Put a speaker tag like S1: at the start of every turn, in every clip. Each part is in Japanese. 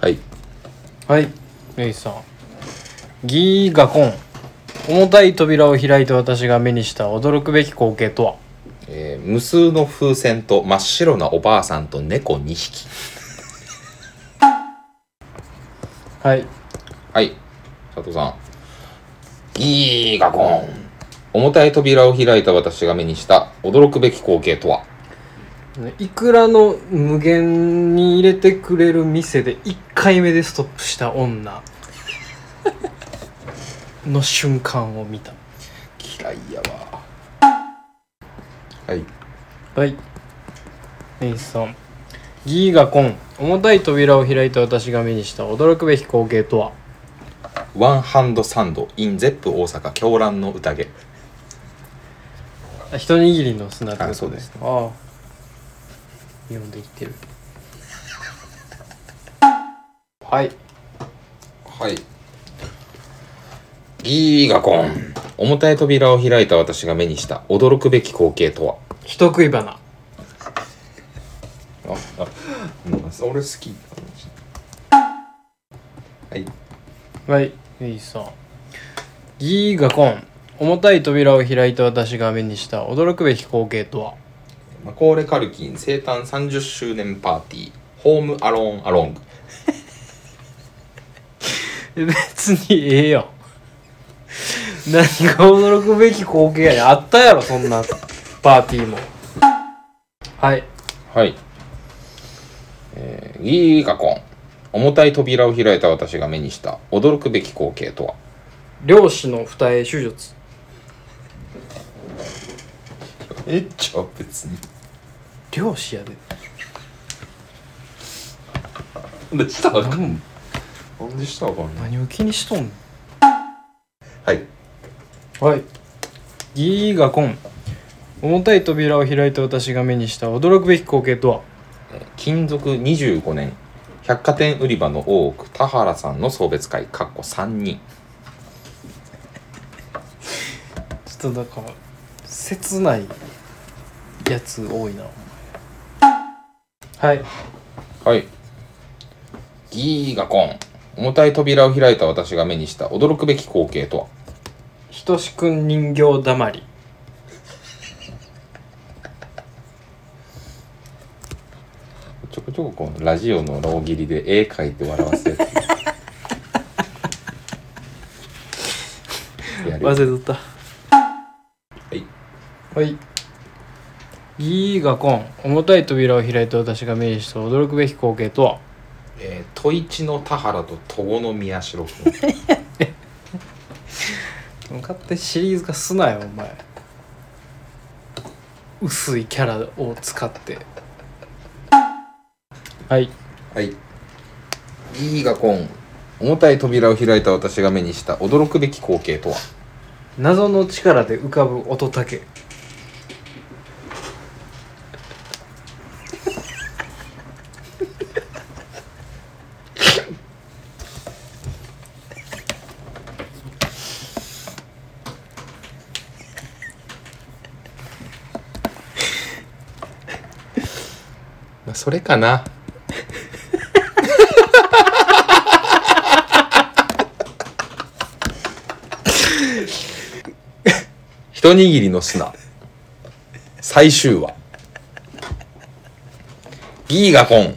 S1: はい
S2: はいメイさんギーガコン重たい扉を開いて私が目にした驚くべき光景とは
S1: えー無数の風船と真っ白なおばあさんと猫2匹
S2: はい
S1: はい佐藤さんいいガコン重たい扉を開いた私が目にした驚くべき光景とは
S2: ねいくらの無限に入れてくれる店で1回目でストップした 女の瞬間を見た
S1: 嫌いやわはい
S2: はいメイさんギーガコン重たい扉を開いた私が目にした驚くべき光景とは
S1: ワンハンドサンドインゼップ大阪狂乱の宴
S2: あ一握りの砂ってこと
S1: あそうです
S2: ああ読んでいってる はい
S1: はいいいガコン重たい扉を開いた私が目にした驚くべき光景とは
S2: 人食い花
S1: あ、あ、俺好き。はい。
S2: はい、いいさ。ギーガコン。重たい扉を開いた私が目にした驚くべき光景とは
S1: マコーレ・カルキン生誕30周年パーティー、ホーム・アローン・アロング。
S2: え別にええやん。 何が驚くべき光景やねんあったやろ、そんなパーティーも。はい。
S1: はい。えー、ギーガコン。重たい扉を開いた私が目にした驚くべき光景とは
S2: 漁師の二重手術。
S1: えっちゃ別に。
S2: 漁師やで。
S1: なんでしたらあかん
S2: 何
S1: なんでしたらあかんの
S2: 何を気にしとんの
S1: はい。
S2: はい。ギーガコン。重たい扉を開いた私が目にした驚くべき光景とは
S1: 勤続25年、百貨店売り場の多く、田原さんの送別会、かっこ3人。
S2: ちょっとなんか切ないやつ多いなはい
S1: はい。ギーガコン。重たい扉を開いた私が目にした驚くべき光景とは
S2: ひとしくん人形だまり
S1: ちょこちょここのラジオの大喜利で絵描いて笑わせ てやる
S2: 忘れとった
S1: い
S2: はいギーガコン重たい扉を開いて私が目にした驚くべき光景とは
S1: えー、戸一の田原と戸後の宮代君
S2: 向かってシリーズ化すなよお前薄いキャラを使ってはい
S1: はいギーガコン重たい扉を開いた私が目にした驚くべき光景とは
S2: 謎の力で浮かぶ音竹
S1: まあそれかな一握りの砂最終話ギーガコン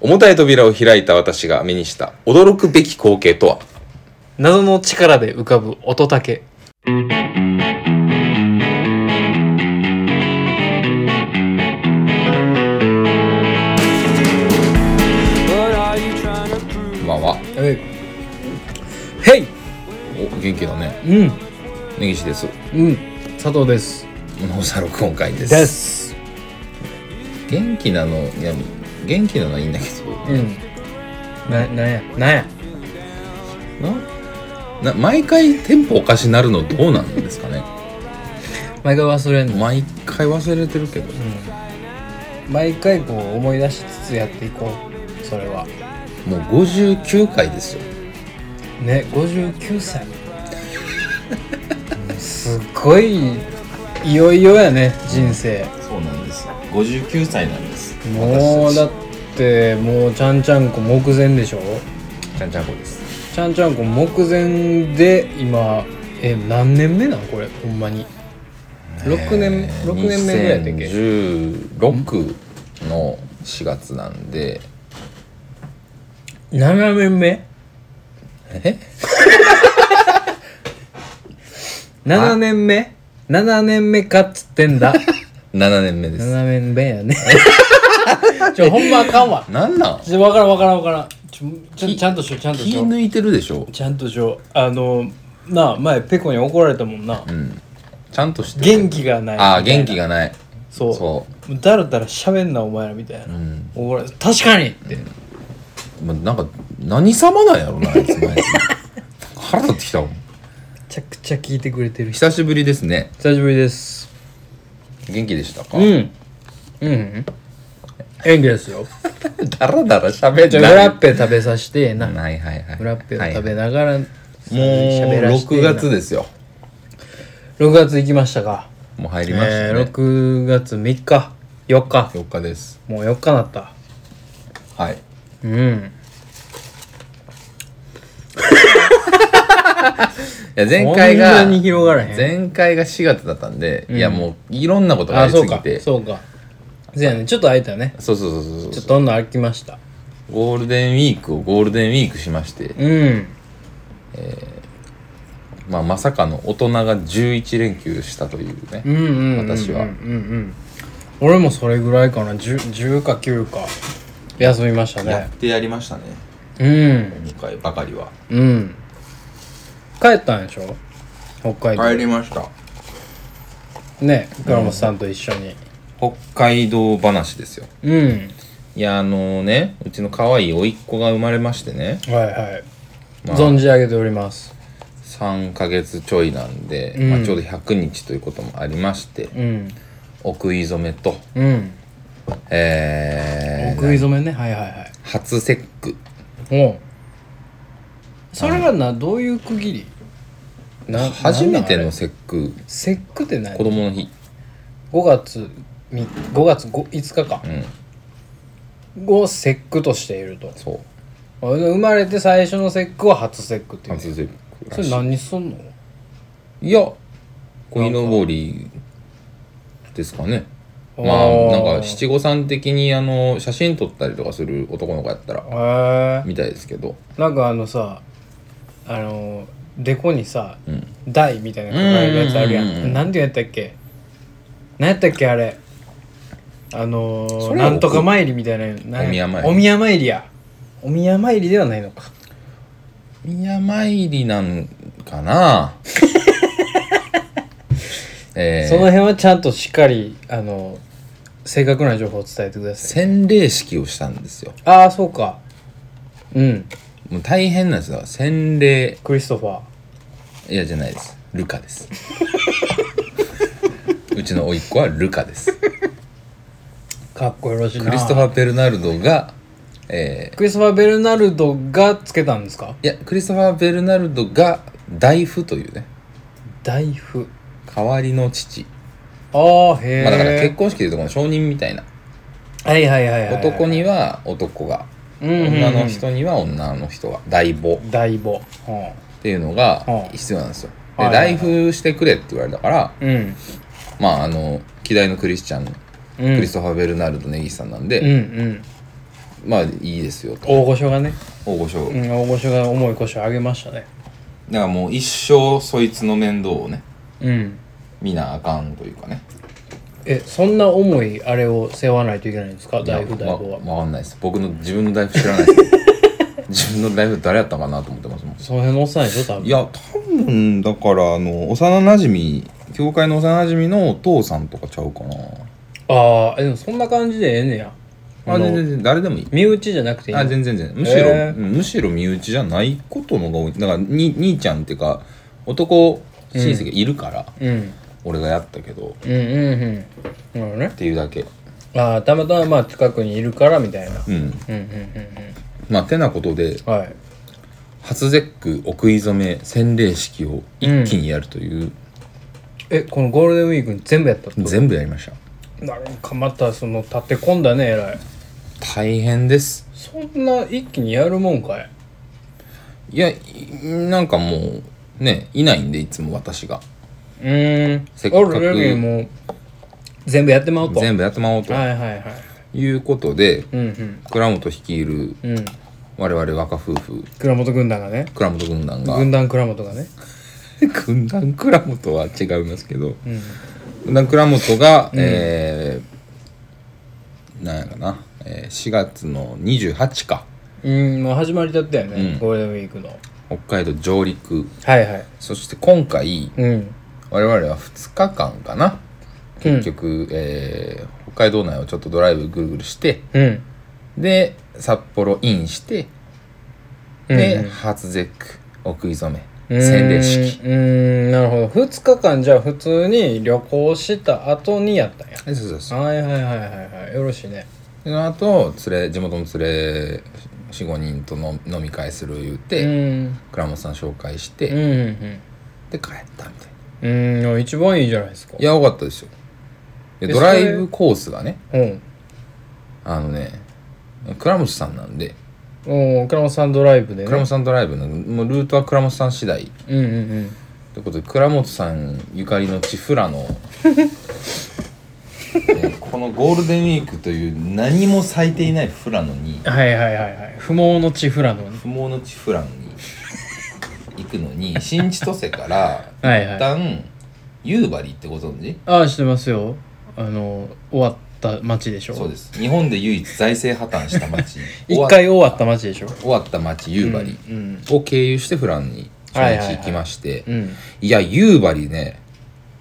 S1: 重たい扉を開いた私が目にした驚くべき光景とは
S2: 謎の力で浮かぶ音竹
S1: こんばんは
S2: えへい
S1: お元気だね
S2: うん
S1: 根岸です
S2: うん佐藤です
S1: 野沢録音会です
S2: です
S1: 元気なのいや元気なのはいいんだけど、
S2: うんななんやなんや
S1: なな毎回テンポおかしなるのどうなんですかね
S2: 毎回忘れんの、
S1: 毎回忘れてるけど
S2: うん、毎回こう思い出しつつやっていこうそれは
S1: もう59回ですよ
S2: ね59歳 うんすっごいいよいよやね人生
S1: そうなんです59歳なんです
S2: もうだっってもうちゃんちゃんこ目前でしょ
S1: ちゃんちゃんこです
S2: ちゃんちゃんこ目前で今え何年目なんこれほんまに6年六年目ぐらいやったっけ
S1: 2016の4月なんで
S2: 7年目
S1: え
S2: 7年目7年目かっつってん だ
S1: 7年目です
S2: 7年目やね ちょほんまあかんわ
S1: なんなん
S2: ちょ分からん分からん分からんちょちゃんちゃんとしようちゃんとし
S1: 気
S2: よう
S1: 抜いてるでしょ
S2: ちゃんとしようあのなあ前ペコに怒られたもんな
S1: うんちゃんとして
S2: 元気がない
S1: ああ元気がない
S2: そう
S1: そ
S2: もうだらだら喋んなお前らみたいな、
S1: ううん
S2: 怒られ確かにって、
S1: まなんか何様なんやろなあいつ毎日腹立ってきたもん
S2: めちゃくちゃ聞いてくれてる人
S1: 久しぶりですね
S2: 久しぶりです
S1: 元気でしたか
S2: うん うん演技ですよ
S1: だらだら喋っ
S2: じ
S1: て
S2: ゃあ
S1: な
S2: フラ
S1: い
S2: ッペ食べさせてえな
S1: うんはいはいはい
S2: フラッペを
S1: はい
S2: 食べながら、
S1: もう6月
S2: で
S1: ですよ
S2: 6月行きましたか
S1: もう入りました
S2: え
S1: ね、
S2: ー6月3日4日
S1: 4日です
S2: もう4日なった
S1: はい
S2: うん
S1: いや前回が
S2: こんなに広がらへん
S1: 前回が4月だったんで、
S2: うん
S1: いやもういろんなことがあ
S2: あ
S1: り
S2: そ
S1: す
S2: う
S1: ぎ
S2: か
S1: て
S2: そうかそうやねちょっと空いたね
S1: そうそうそうそうそ
S2: ちょ
S1: う
S2: っとどんどん空きました
S1: ゴールデンウィークをゴールデンウィークしまして、
S2: うん
S1: まあ、まさかの大人が11連休したというね、
S2: うんうんうんうん
S1: 私は
S2: うんうん俺もそれぐらいかな 10, 10か9か休みました
S1: やっ
S2: ね
S1: てやりましたね
S2: うん
S1: 今回ばかりは
S2: うん帰ったんでしょ北海
S1: りました
S2: 道ね倉本さんと一緒に
S1: 北海道話ですよ
S2: うん
S1: いやあのねうちの可愛い甥っ子が生まれましてね、
S2: はいはい
S1: まあ、
S2: 存じ上げております
S1: 3ヶ月ちょいなんで、
S2: うん
S1: まあ、ちょうど100日ということもありまして、
S2: うん
S1: お食い初めと
S2: うんお
S1: え
S2: 食い
S1: ー、
S2: 初めねはいはいはい
S1: 初節句
S2: おうそれはなどういう区切りな
S1: 初めて
S2: なんなんあ
S1: の
S2: れ
S1: 節句
S2: 節句って何
S1: 子供の日
S2: 5月み5月 5, 5日か
S1: うん
S2: を節句としていると
S1: そう
S2: 生まれて最初の節句は初節句っていうね
S1: 初節句
S2: そ
S1: ら
S2: れ
S1: し
S2: 何すんの
S1: いいや鯉のぼりですかね
S2: あ
S1: ま
S2: ー
S1: あなんか七五三的にあの写真撮ったりとかする男の子やったら
S2: へ
S1: みたいですけど
S2: えなんかあのさあのデコにさ
S1: うん
S2: 「台」みたいなの書かれるやつあるや
S1: うんうんうんうんん
S2: なんていうやったっけなんやったっけあれあのー、
S1: それは
S2: なんとか参りみたいななん
S1: お宮
S2: や
S1: 参り
S2: お宮参りやお宮参りではないのか
S1: 宮参りなんか なえ
S2: その
S1: ー、
S2: 辺はちゃんとしっかりあの正確な情報を伝えてください
S1: 洗礼式をしたんですよ
S2: ああそうかうん
S1: もう大変なんですよ洗礼
S2: クリストファー
S1: いやじゃないですルカです うちの甥っ子はルカです
S2: かっこよろしいな
S1: クリストファー・ベルナルドがえ
S2: クリストファー・ベルナルドがつけたんですか
S1: ーいやクリストファー・ベルナルドが大夫というね
S2: 大夫
S1: 代わりの父、
S2: ああへえ、
S1: まあ、だから結婚式でいうとこの証人みたいな
S2: はいはいはいはい、
S1: 男には男が
S2: うんうんうん
S1: 女の人には女の人が大母っ
S2: 大母は
S1: ていうのが
S2: うん
S1: 必要なんですよ
S2: は
S1: で
S2: いはいはい
S1: 大夫してくれって言われたから
S2: あうん
S1: まああの希代のクリスチャン
S2: うん
S1: クリストファー・ベルナルド根岸さんなん
S2: うんう
S1: で、
S2: ん
S1: まあいいですよと
S2: 大御所がね、
S1: 大御所
S2: うん、大御所が重い腰を上げましたね
S1: だからもう一生そいつの面倒をね
S2: うん
S1: 見なあかんというかね
S2: えそんな重いあれを背負わないといけないんですか大夫
S1: いや
S2: 大
S1: わ
S2: 母は、
S1: わかんないです僕の自分の大夫知らないです 自分の大夫誰やったかなと思ってますもん
S2: その辺のおっさんでしょ多分
S1: いや多分だからあの幼なじみ教会の幼なじみのお父さんとかちゃうかな
S2: ああでもそんな感じでええねやあ
S1: あ全然
S2: の
S1: 全然誰でもいい
S2: 身内じゃなくていい
S1: あ
S2: の
S1: 全然全然むしろ、
S2: へー
S1: うんむしろ身内じゃないことのが多いだからに兄ちゃんっていうか男親戚がいるから、
S2: うん
S1: 俺がやったけどっ
S2: うんうんうんなるほどね
S1: ていうだけ
S2: ああたまたままあ近くにいるからみたいな
S1: うん
S2: うんうんうん
S1: まあてなことで
S2: うんはい
S1: 初節句お食い初め洗礼式を一気にやるという、
S2: えこのゴールデンウィークに全部やったってこと
S1: 全部やりました
S2: なんかまたその立て込んだねえらい
S1: 大変です
S2: そんな一気にやるもんかい
S1: いやいなんかもうねいないんでいつも私が
S2: うーん
S1: せっかく
S2: 俺らにもう全部やってまうと
S1: 全部やってまおうと
S2: はいはいはい
S1: いうことで
S2: うんうん
S1: 倉本率いる
S2: うん
S1: 我々若夫婦
S2: 倉本軍団がね
S1: 倉本軍団が
S2: 軍団倉本がね
S1: 軍団倉本は違いますけど
S2: うん
S1: 軍団倉本が、えーなんやかな、えー4月の28か
S2: うんもう始まりだったよね、
S1: うん
S2: ゴールデンウィークの
S1: 北海道上陸
S2: はいはい
S1: そして今回
S2: うん
S1: 我々は2日間かな結局、えー北海道内をちょっとドライブぐるぐるして
S2: うん
S1: で札幌インして
S2: うん
S1: で、
S2: うん
S1: 初絶句お食い初め
S2: うん
S1: 洗礼式
S2: うーんなるほど2日間じゃあ普通に旅行した後にやったんや
S1: そうそうそう
S2: はいはいはいはいはいよろしいね
S1: でその後連れ地元の連れ45人との飲み会する言うて、
S2: うん
S1: 倉本さん紹介し
S2: うん
S1: て、
S2: うん
S1: で帰ったみたいな
S2: うんうん一番いいじゃないですか
S1: いやよかったですよで
S2: え
S1: ドライブコースがね
S2: うん
S1: あのね倉本さんなんで
S2: お倉本さんドライブでね
S1: 倉本さんドライブのもうルートは倉本さん次第っ
S2: うんうん
S1: てことで倉本さんゆかりの地フラ のえこのゴールデンウィークという何も咲いていないフラノに
S2: うんはいはいはいはい不毛の地フラノに
S1: 不毛の地フラノに行くの に新千歳から
S2: はい
S1: 一
S2: はい
S1: 旦夕張ってご存知
S2: ああしてますよあの終わった街でしょ
S1: そうです日本で唯一財政破綻した町
S2: 一回終わった街でしょ
S1: 終わった町夕張
S2: うん
S1: を経由してフランに初日行きまして、い
S2: うん
S1: や夕張ね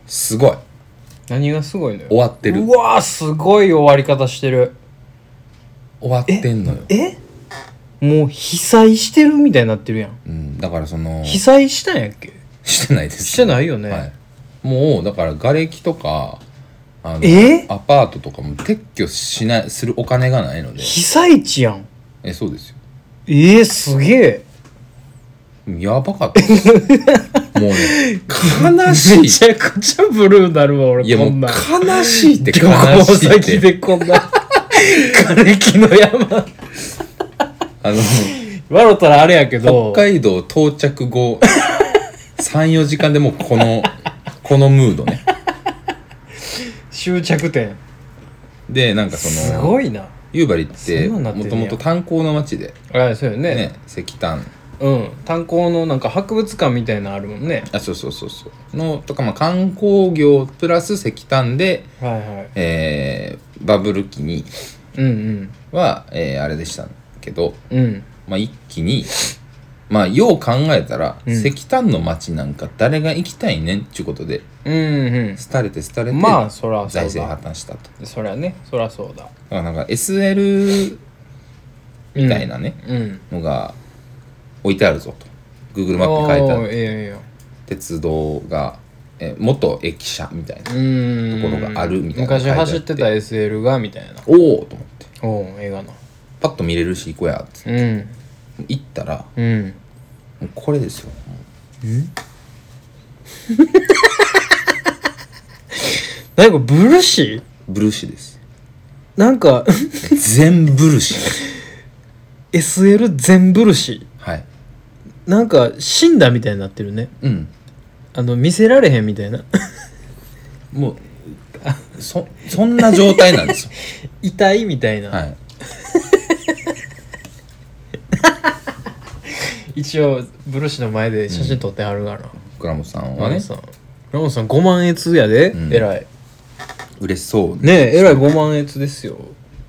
S1: すごい
S2: 何がすごいのよ
S1: 終わってる
S2: うわーすごい終わり方してる
S1: 終わってんのよ、
S2: えもう被災してるみたいになってるやん
S1: うん、だからその
S2: 被災したんやっけ
S1: してないです
S2: してないよね、
S1: はい、もうだから瓦礫とかあの
S2: え
S1: アパートとかも撤去しないするお金がないので
S2: 被災地やん
S1: えそうですよ
S2: ええすげ
S1: やばか ったですもうね悲
S2: え
S1: し
S2: め
S1: い
S2: ちゃくちゃブルーになるわ
S1: い
S2: 俺
S1: やも
S2: こ
S1: うん
S2: なん
S1: 悲しいって
S2: 旅行
S1: 悲 しいって
S2: 先でこんな瓦礫の山
S1: あの
S2: 笑ったらあれやけど
S1: 北海道到着後 34時間でもうこのこのムードね
S2: 終着点
S1: でなんかそ
S2: す
S1: の
S2: ごいな
S1: 夕張って
S2: そんなんなって
S1: も
S2: んね
S1: と
S2: や
S1: もと炭鉱の町で、
S2: あそうよね
S1: ね、石炭
S2: うん炭鉱のなんか博物館みたいなのあるもんね
S1: あそうそうそうそうのとか、まあ、観光業プラス石炭で、
S2: はいはい
S1: えーバブル期に
S2: うん
S1: は、えーあれでしたけど、
S2: うんうん
S1: まあ、一気に。まあ、よう考えたら、
S2: うん
S1: 石炭の町なんか誰が行きたいねんっちゅうことで
S2: うん
S1: 廃れて廃れ
S2: う
S1: て
S2: んまあそらそ
S1: 財
S2: う
S1: 政
S2: だ
S1: 破綻したと
S2: そりゃねそらそう
S1: だ
S2: だ
S1: からなんか SL みたいなね、
S2: うん
S1: のが置いてあるぞと Google マップに書いてあ
S2: お
S1: る
S2: ーいいよいいよ
S1: 鉄道が、え元駅舎みたいな
S2: うん
S1: ところがあるみたいなの書いて
S2: 昔
S1: あって
S2: 走ってた SL がみたいな
S1: おおと思って
S2: おお映画の
S1: パッと見れるし行こうやっつって
S2: うん
S1: 行ったらも
S2: うん
S1: うこれですよ
S2: なんかブルーシー
S1: ブルーシです
S2: なんか
S1: 全ブルーシ
S2: SL 全ブルーシ
S1: はい
S2: ーなんか死んだみたいになってるね
S1: うん
S2: あの見せられへんみたいな
S1: もうあそそんな状態なんですよ
S2: 痛いみたいな、
S1: はい
S2: 一応ブルーシーの前で写真撮ってはるから、
S1: 倉本さん
S2: ラ
S1: は
S2: モン
S1: ね
S2: さんラモンさん5万円通やで、
S1: うん
S2: えらい
S1: 嬉しそうに
S2: ねええらい5万円通ですよ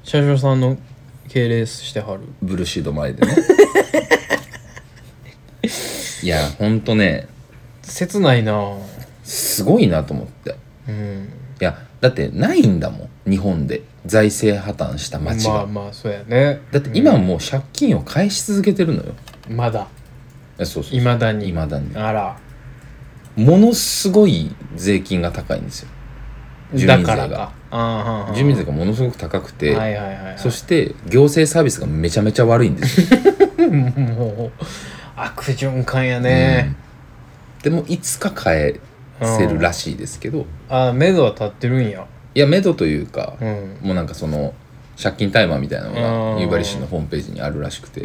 S2: 車掌さんの敬礼してはる
S1: ブルーシート前でねいやほんとね
S2: 切ないなぁ
S1: すごいなと思って
S2: うん
S1: いやだってないんだもん日本で財政破綻した町が、
S2: まあまあそうやね
S1: だって今もう借金を返し続けてるのよ
S2: まだ
S1: えそうそう
S2: いまだに
S1: いまだに
S2: あら
S1: ものすごい税金が高いんですよ住民税が
S2: だからかああ
S1: 住民税がものすごく高くて、
S2: はいはいはいはい
S1: そして行政サービスがめちゃめちゃ悪いん ですよ、
S2: もう悪循環やね、
S1: うんでもいつか返せるらしいですけど、
S2: ああ目処は立ってるんや
S1: いや目処というか、
S2: うん
S1: もうなんかその借金タイマーみたいなの
S2: う
S1: が
S2: ん
S1: 夕張市のホームページにあるらしく て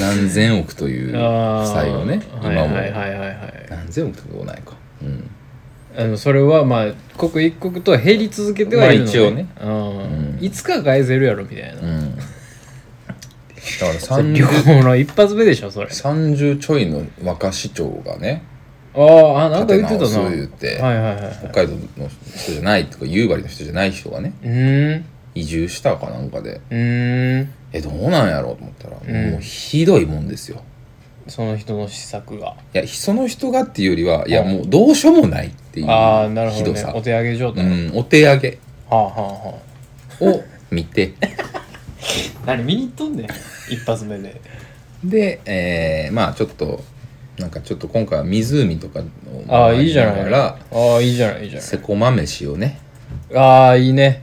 S1: 何千億という負債をね
S2: あー
S1: 今も
S2: はいはいはいはいはい
S1: 何千億とかもないか、うん
S2: あのそれはまあ刻一刻とは減り続けてはいるの、
S1: あ
S2: う
S1: 一応ね
S2: ん
S1: うん
S2: いつか返せるやろみたいな、
S1: うん、だから
S2: それ旅
S1: 30,
S2: 行の一発目でしょそれ
S1: 30ちょいの若市長がね
S2: あーあなんか
S1: 立て
S2: 言ってた
S1: 直
S2: な
S1: す
S2: は
S1: 言
S2: い
S1: って、
S2: はいはいはい
S1: 北海道の人じゃないとか夕張の人じゃない人がね
S2: うーん
S1: 移住したかなんかで
S2: うーん
S1: えどうなんやろうと思ったら、
S2: うん
S1: もうひどいもんですよ
S2: その人の施策が
S1: いやその人がっていうよりはいや
S2: うん
S1: もうどうしようもないっていう
S2: ああなるほ
S1: ひ
S2: ど
S1: ど
S2: ね
S1: さ
S2: お手上げ状
S1: う
S2: 態、
S1: ん、お手上げ
S2: はあはあは
S1: を見 て
S2: あ何見に行っとんねん一発目で
S1: で、えーまあちょっとなんかちょっと今回は湖とかを
S2: ああいいじゃない
S1: 回り
S2: あ
S1: が
S2: あいいじゃないいいじゃ
S1: らせこま飯をね
S2: ないああいいね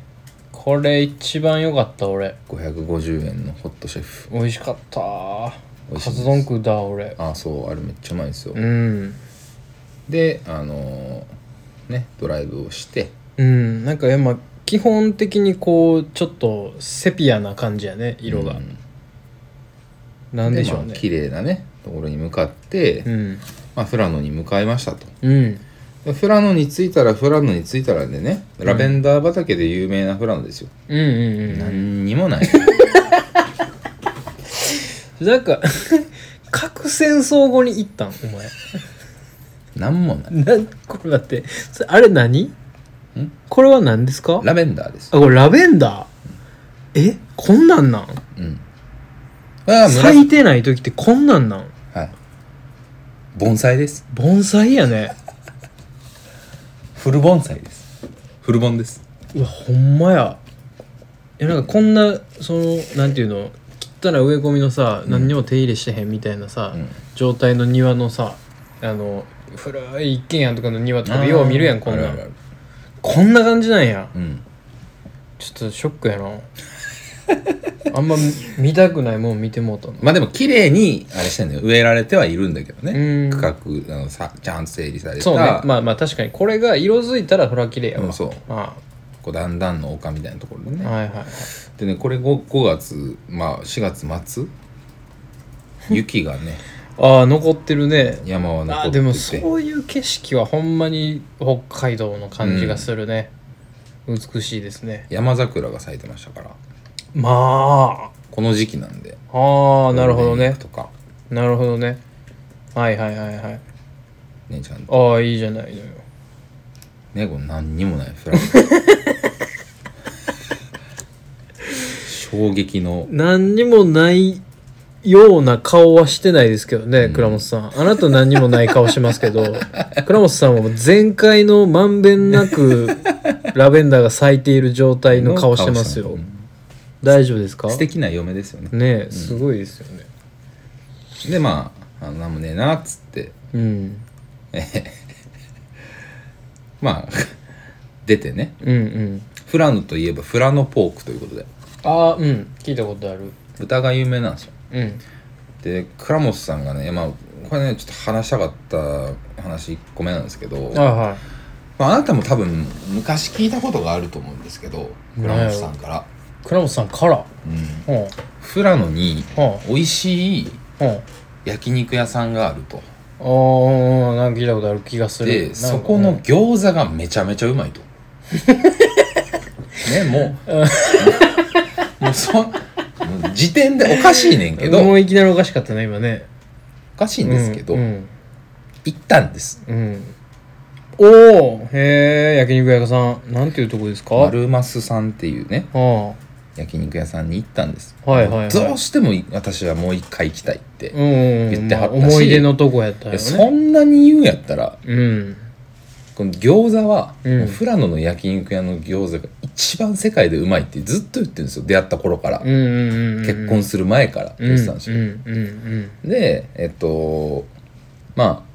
S2: これ一番良かった俺
S1: 550円のホットシェフ
S2: 美味しかったカ
S1: 美味しいです
S2: ツ丼食うだ俺
S1: ああそうあれめっちゃうまいんですよ、
S2: うん
S1: であのーねドライブをして
S2: うんなんかえまあ基本的にこうちょっとセピアな感じやね色
S1: う
S2: が、
S1: ん
S2: なんでしょう
S1: ま
S2: ね
S1: あ綺麗なねところに向かって、
S2: うん
S1: まあ、富良野に向かいましたと
S2: うん
S1: で富良野に着いたら富良野に着いたらでねラベンダー畑で有名な富良野ですよ、
S2: うんうんうん
S1: 何にも ない
S2: なんか 核戦争後に行ったんお前
S1: 何もない
S2: なんこれだってそれあれ何これは何ですか
S1: ラベンダーです
S2: あこれラベンダーえこんなんなん
S1: うんああ
S2: 咲
S1: 紫
S2: いてない時ってこんなんなん
S1: はい盆栽です
S2: 盆栽やね
S1: フル盆栽ですフル盆です
S2: うわほんまやいやなんかこんなそのなんていうの汚い植え込みのさ何にも手入れしてへんみたいなさ、
S1: うん
S2: 状態の庭のさあの古い一軒家とかの庭とかでよう見るやんこん
S1: あ
S2: な
S1: あるあ
S2: ん
S1: る
S2: こんな感じなんや
S1: うん
S2: ちょっとショックやな あんま見たくないもん見てもうたな
S1: まあでも綺麗にあれしてんのよ植えられてはいるんだけど
S2: う
S1: ね
S2: ん
S1: 区画あのさちゃんと整理された
S2: そうねまあまあ確かにこれが色づいたらほら綺麗やわ、
S1: うんそう
S2: あ
S1: こうだんだんの丘みたいなところで
S2: あ
S1: ね、
S2: はいはいはい
S1: でねこれ 5, 月まあ4月末雪が ね
S2: ああ残ってるね
S1: 山は残っ
S2: あー
S1: てて
S2: でもそういう景色はほんまに北海道の感じがするね、美しいですね
S1: 山桜が咲いてましたから
S2: ま
S1: この時期なんで
S2: あああなるほ
S1: ゴー
S2: ど
S1: ルデンウィー
S2: ね
S1: クとか
S2: なるほどねはいはいはいはい
S1: ねちゃんと
S2: ああいいじゃないのよ
S1: ねこれ何にもないフラッ グ衝撃の
S2: 何にもないような顔はしてないですけどね、倉本さんあなた何にもない顔してますけ ど倉本さんはもう全開のまんべんなくラベンダーが咲いている状態の顔してます よ
S1: うん
S2: 大丈夫ですか
S1: 素敵な嫁ですよね
S2: ねえすごいですよね
S1: でまああのなんもねえなっつって
S2: うん、
S1: まあ 出てね
S2: うんうん
S1: フラノといえばフラノポークということで
S2: ああうん聞いたことある
S1: 豚が有名なんですよ
S2: うん
S1: で倉本さんがねまあこれねちょっと話したかった話1個目なんですけど
S2: あはい
S1: まあ、あなたも多分昔聞いたことがあると思うんですけど倉本さんから、
S2: 倉本さんから
S1: うん、
S2: うん
S1: 富良野に
S2: うん
S1: 美味しい
S2: うん
S1: 焼肉屋さんがあると
S2: あーなんか聞いたことある気がするな
S1: で
S2: んか
S1: そこの餃子がめちゃめちゃうまい とねもうもうそもう時点でおかしいねんけど
S2: も
S1: お
S2: ういきなりおかしかったね今ね
S1: かしいんですけど、
S2: うん
S1: 行ったんです
S2: うん、うんおおへえ焼肉屋さんなんていうとこですか
S1: マルマスさんっていうね
S2: あ
S1: 焼肉屋さんに行ったんです、
S2: はいはいはい
S1: どうしても私はもう一回行きたいって、
S2: うんうんう
S1: 言
S2: ん
S1: ってはったし
S2: まあ思い出のとこやった
S1: で
S2: よね
S1: そんなに言うんやったら
S2: うん
S1: この餃子は、
S2: うん
S1: もう富良野の焼肉屋の餃子が一番世界でうまいってずっと言ってるんですよ出会った頃から、
S2: うんうんうんうん
S1: 結婚する前から
S2: う
S1: 言
S2: ん
S1: ってたんですよ、
S2: うんうん
S1: でえっとまあ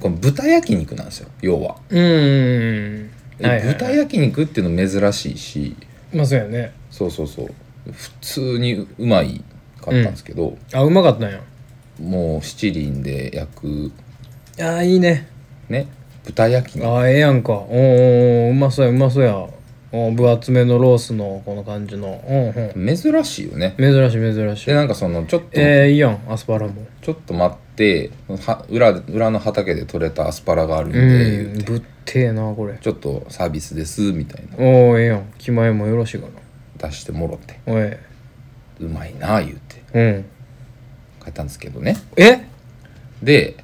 S1: この豚焼肉なんですよ要は,
S2: うんうんうんうん
S1: で、
S2: はいはいはい
S1: 豚焼肉っていうの珍しいし
S2: まあそうやね
S1: そうそうそう普通にうまいかったんですけど、
S2: あうまかったんや
S1: もう七輪で焼く
S2: あーいいね
S1: ね豚焼肉
S2: あーええやんかおーおーおーうまそうやうまそうやうん分厚めのロースのこの感じの、うんうん、
S1: 珍しいよね
S2: 珍しい珍しい
S1: でなんかそのちょっと、
S2: えー、いいやんアスパラも
S1: ちょっと待っては裏裏の畑で採れたアスパラがあるん
S2: う
S1: で、言
S2: ん
S1: うて
S2: ぶってえなこれ
S1: ちょっとサービスですみたいな
S2: おおええやん気前もよろしいかな
S1: 出してもろって
S2: おいう
S1: まいな言うて
S2: うん
S1: 書いたんですけどね
S2: え
S1: で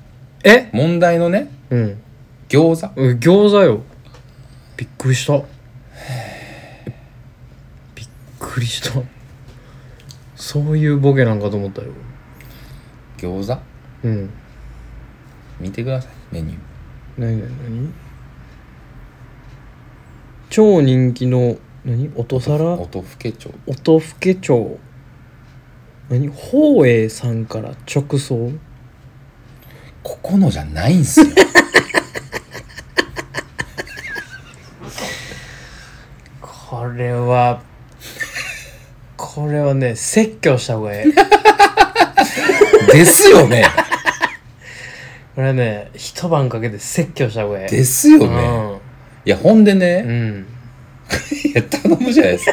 S2: え
S1: 問題のね
S2: うん
S1: 餃子
S2: え餃子よびっくりしたびっくりしたそういうボケなんかと思ったよ
S1: 餃子
S2: うん
S1: 見てくださいメニュー
S2: 何何何超人気の何音皿
S1: お豆腐けちょ
S2: 音更町何宝永さんから直送
S1: ここのじゃないんす よ
S2: これはこれはね説教した方が いい
S1: ですよ ね
S2: これはね一晩かけて説教した方がいい
S1: ですよねいやほんでね、
S2: うん、うん、
S1: いや頼むじゃないですか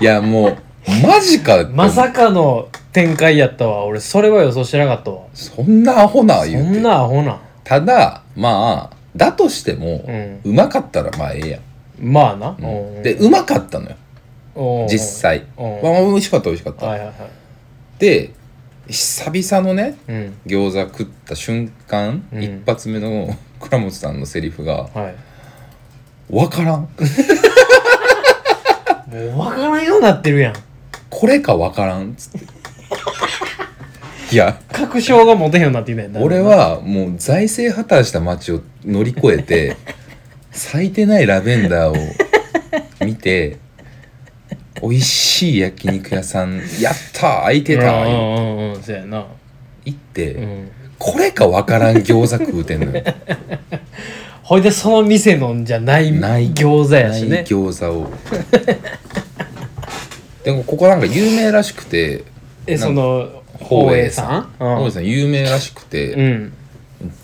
S1: いやもうマジかって
S2: まさかの展開やったわ俺それは予想してなかったわ
S1: そんなアホな
S2: そ
S1: 言うて
S2: んなアホな
S1: ただまあだとしても、
S2: うん
S1: うまかったらまあええやん、
S2: まあな、
S1: うんでうまかったのよ実際、
S2: うん
S1: まあ、美味しかった美味しかった、
S2: はいはいはい
S1: で久々のね
S2: うん
S1: 餃子食った瞬間、
S2: うん
S1: 一発目の 倉本さんのセリフが
S2: はい
S1: 「わからん
S2: もう分からんようになってるやん
S1: これかわからん」っ つっていや
S2: 確証が持てへんようになってきたやん
S1: 俺はもう財政破綻した街を乗り越えて 咲いてないラベンダーを見て美味しい焼肉屋さんやった開いてた行
S2: うんうんうんうんそうやな
S1: って、
S2: うん
S1: これかわからん餃子食うてん のよ
S2: ほいでその店のんじゃない
S1: ない
S2: 餃子やし
S1: ない
S2: ね
S1: 餃子をでもここなんか有名らしくて
S2: え
S1: なんか
S2: その宝永さん
S1: 宝永
S2: う
S1: さん有名らしくて、
S2: んうん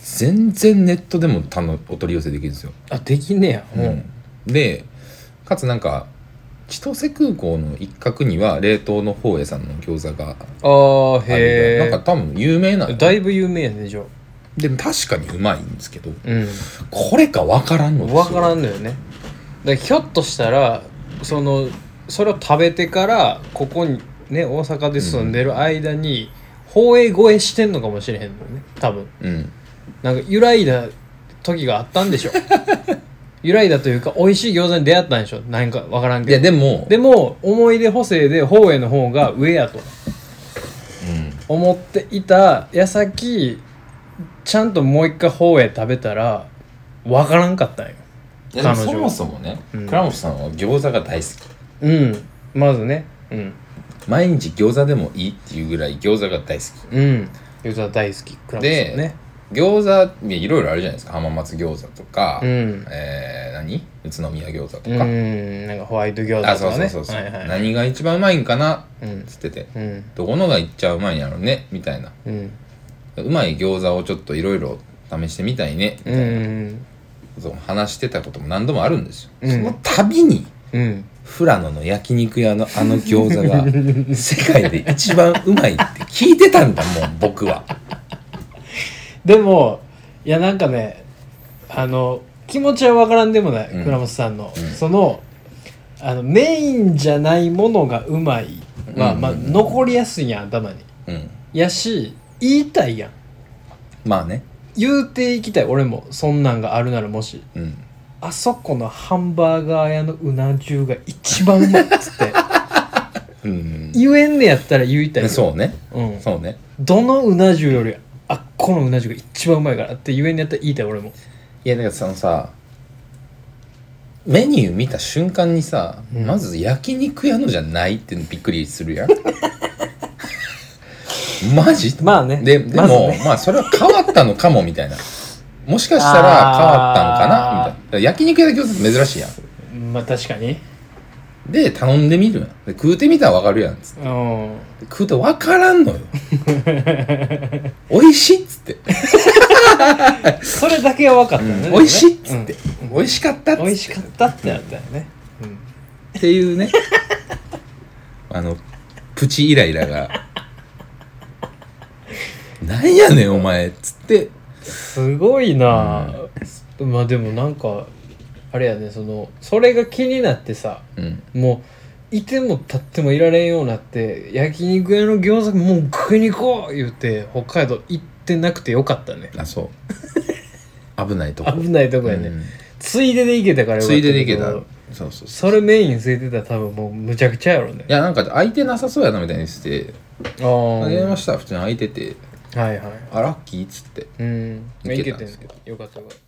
S1: 全然ネットでも頼むお取り寄せできるんですよ
S2: あできねえや
S1: でかつなんか千歳空港の一角には冷凍の宝永さんの餃子が
S2: あ
S1: あるなん
S2: へ
S1: か多分有名な
S2: え
S1: の
S2: だいぶ有名やねじゃあ
S1: でも確かにうまいんですけど
S2: うん
S1: これかわからんのですよ
S2: 分からんのよねだからひょっとしたらそのそれを食べてからここにね大阪で住んでる間に宝永越えしてんのかもしれへんのよね多分
S1: うん
S2: なんか揺らいだ時があったんでしょ 揺らいだというか美味しい餃子に出会ったんでしょなんか分からん
S1: い
S2: け
S1: や
S2: ど
S1: でも
S2: でも思い出補正で宝永の方が上やと思っていた矢先ちゃんともう一回宝永食べたら分からんかったんよ
S1: いやでも
S2: 彼女
S1: そもそもね、
S2: ん
S1: 倉本さんは餃子が大好
S2: うんまずねうん
S1: き毎日餃子でもいいっていうぐらい餃子が大好
S2: うん餃子大好きクラブ
S1: で
S2: さんね
S1: き餃子いろいろあるじゃないですか浜松餃子とか、
S2: うん
S1: えー何宇都宮餃子と
S2: う
S1: か、
S2: んなんかホワイト餃子とかね
S1: あそうそうそうそう、
S2: はいはい
S1: 何が一番うまいんかな
S2: うん
S1: っつってて、
S2: うん
S1: どこのがいっちゃうまいんやろねみたいな
S2: うん
S1: うまい餃子をちょっといろいろ試してみたいねみ
S2: う
S1: たいなんことを話してたことも何度もあるんですよ、
S2: うん
S1: その度に
S2: うん
S1: 富良野の焼肉屋のあの餃子 が世界で一番うまいって聞いてたんだもん僕は
S2: でもいやなんかねあの気持ちは分からんでもない、
S1: うん
S2: 倉本さんの、
S1: うん
S2: そのあのメインじゃないものがうまいは、
S1: うん
S2: まあ、残りやすいやん頭に
S1: うん
S2: やし言いたいやん
S1: まあね
S2: 言うていきたい俺もそんなんがあるならもし
S1: うん
S2: あそこのハンバーガー屋のうな重が一番うまいっつって
S1: うん
S2: 言えんねやったら言いたいよ
S1: そうね
S2: うん、
S1: そうね
S2: どのうな重よりあっこのうな重が一番うまいからって言えんねやったら言いたい俺も
S1: いやだからそのさメニュー見た瞬間にさ、
S2: うん
S1: まず焼肉屋のじゃないってびっくりする やんマジ
S2: まあね
S1: ででも、
S2: ま
S1: ま
S2: ずね
S1: あそれは変わったのかもみたいなもしかしたら変わったのかなみたいな
S2: あー
S1: だから焼肉屋の餃子って珍しいやん
S2: まあ確かに
S1: で頼んでみるやんで食うてみたらわかるやんつって
S2: うん
S1: 食うてわからんのよ美味しいっつって、
S2: それだけは分かったよね、
S1: う
S2: で
S1: ん
S2: もね
S1: 美味しいっつって、美味しかったっつっ
S2: うん
S1: て
S2: 美味しかったってなったよね、
S1: っていうね あのプチイライラが「なんやねんお前」っつって
S2: すごいなあ、まあでもなんかあれやねそのそれが気になってさ
S1: うん
S2: もういても立ってもいられんようになって焼肉屋の餃子もう食いに行こう言うて北海道行ってなくてよかったね
S1: あそう 危ないとこ
S2: 危ないとこやね、
S1: うん
S2: ついでで行けたからよか
S1: つ
S2: った
S1: い
S2: けど
S1: ででいけたそうそうそう
S2: それメインついてたら多分もうむちゃくちゃやろね
S1: いやなんか空いてなさそうやなみたいにして
S2: あ
S1: 「
S2: あ
S1: あ
S2: は
S1: げ
S2: い
S1: ました普通に空いてて
S2: はい
S1: あラッキー」っつって
S2: うん
S1: いけたんですけ
S2: よかったよかった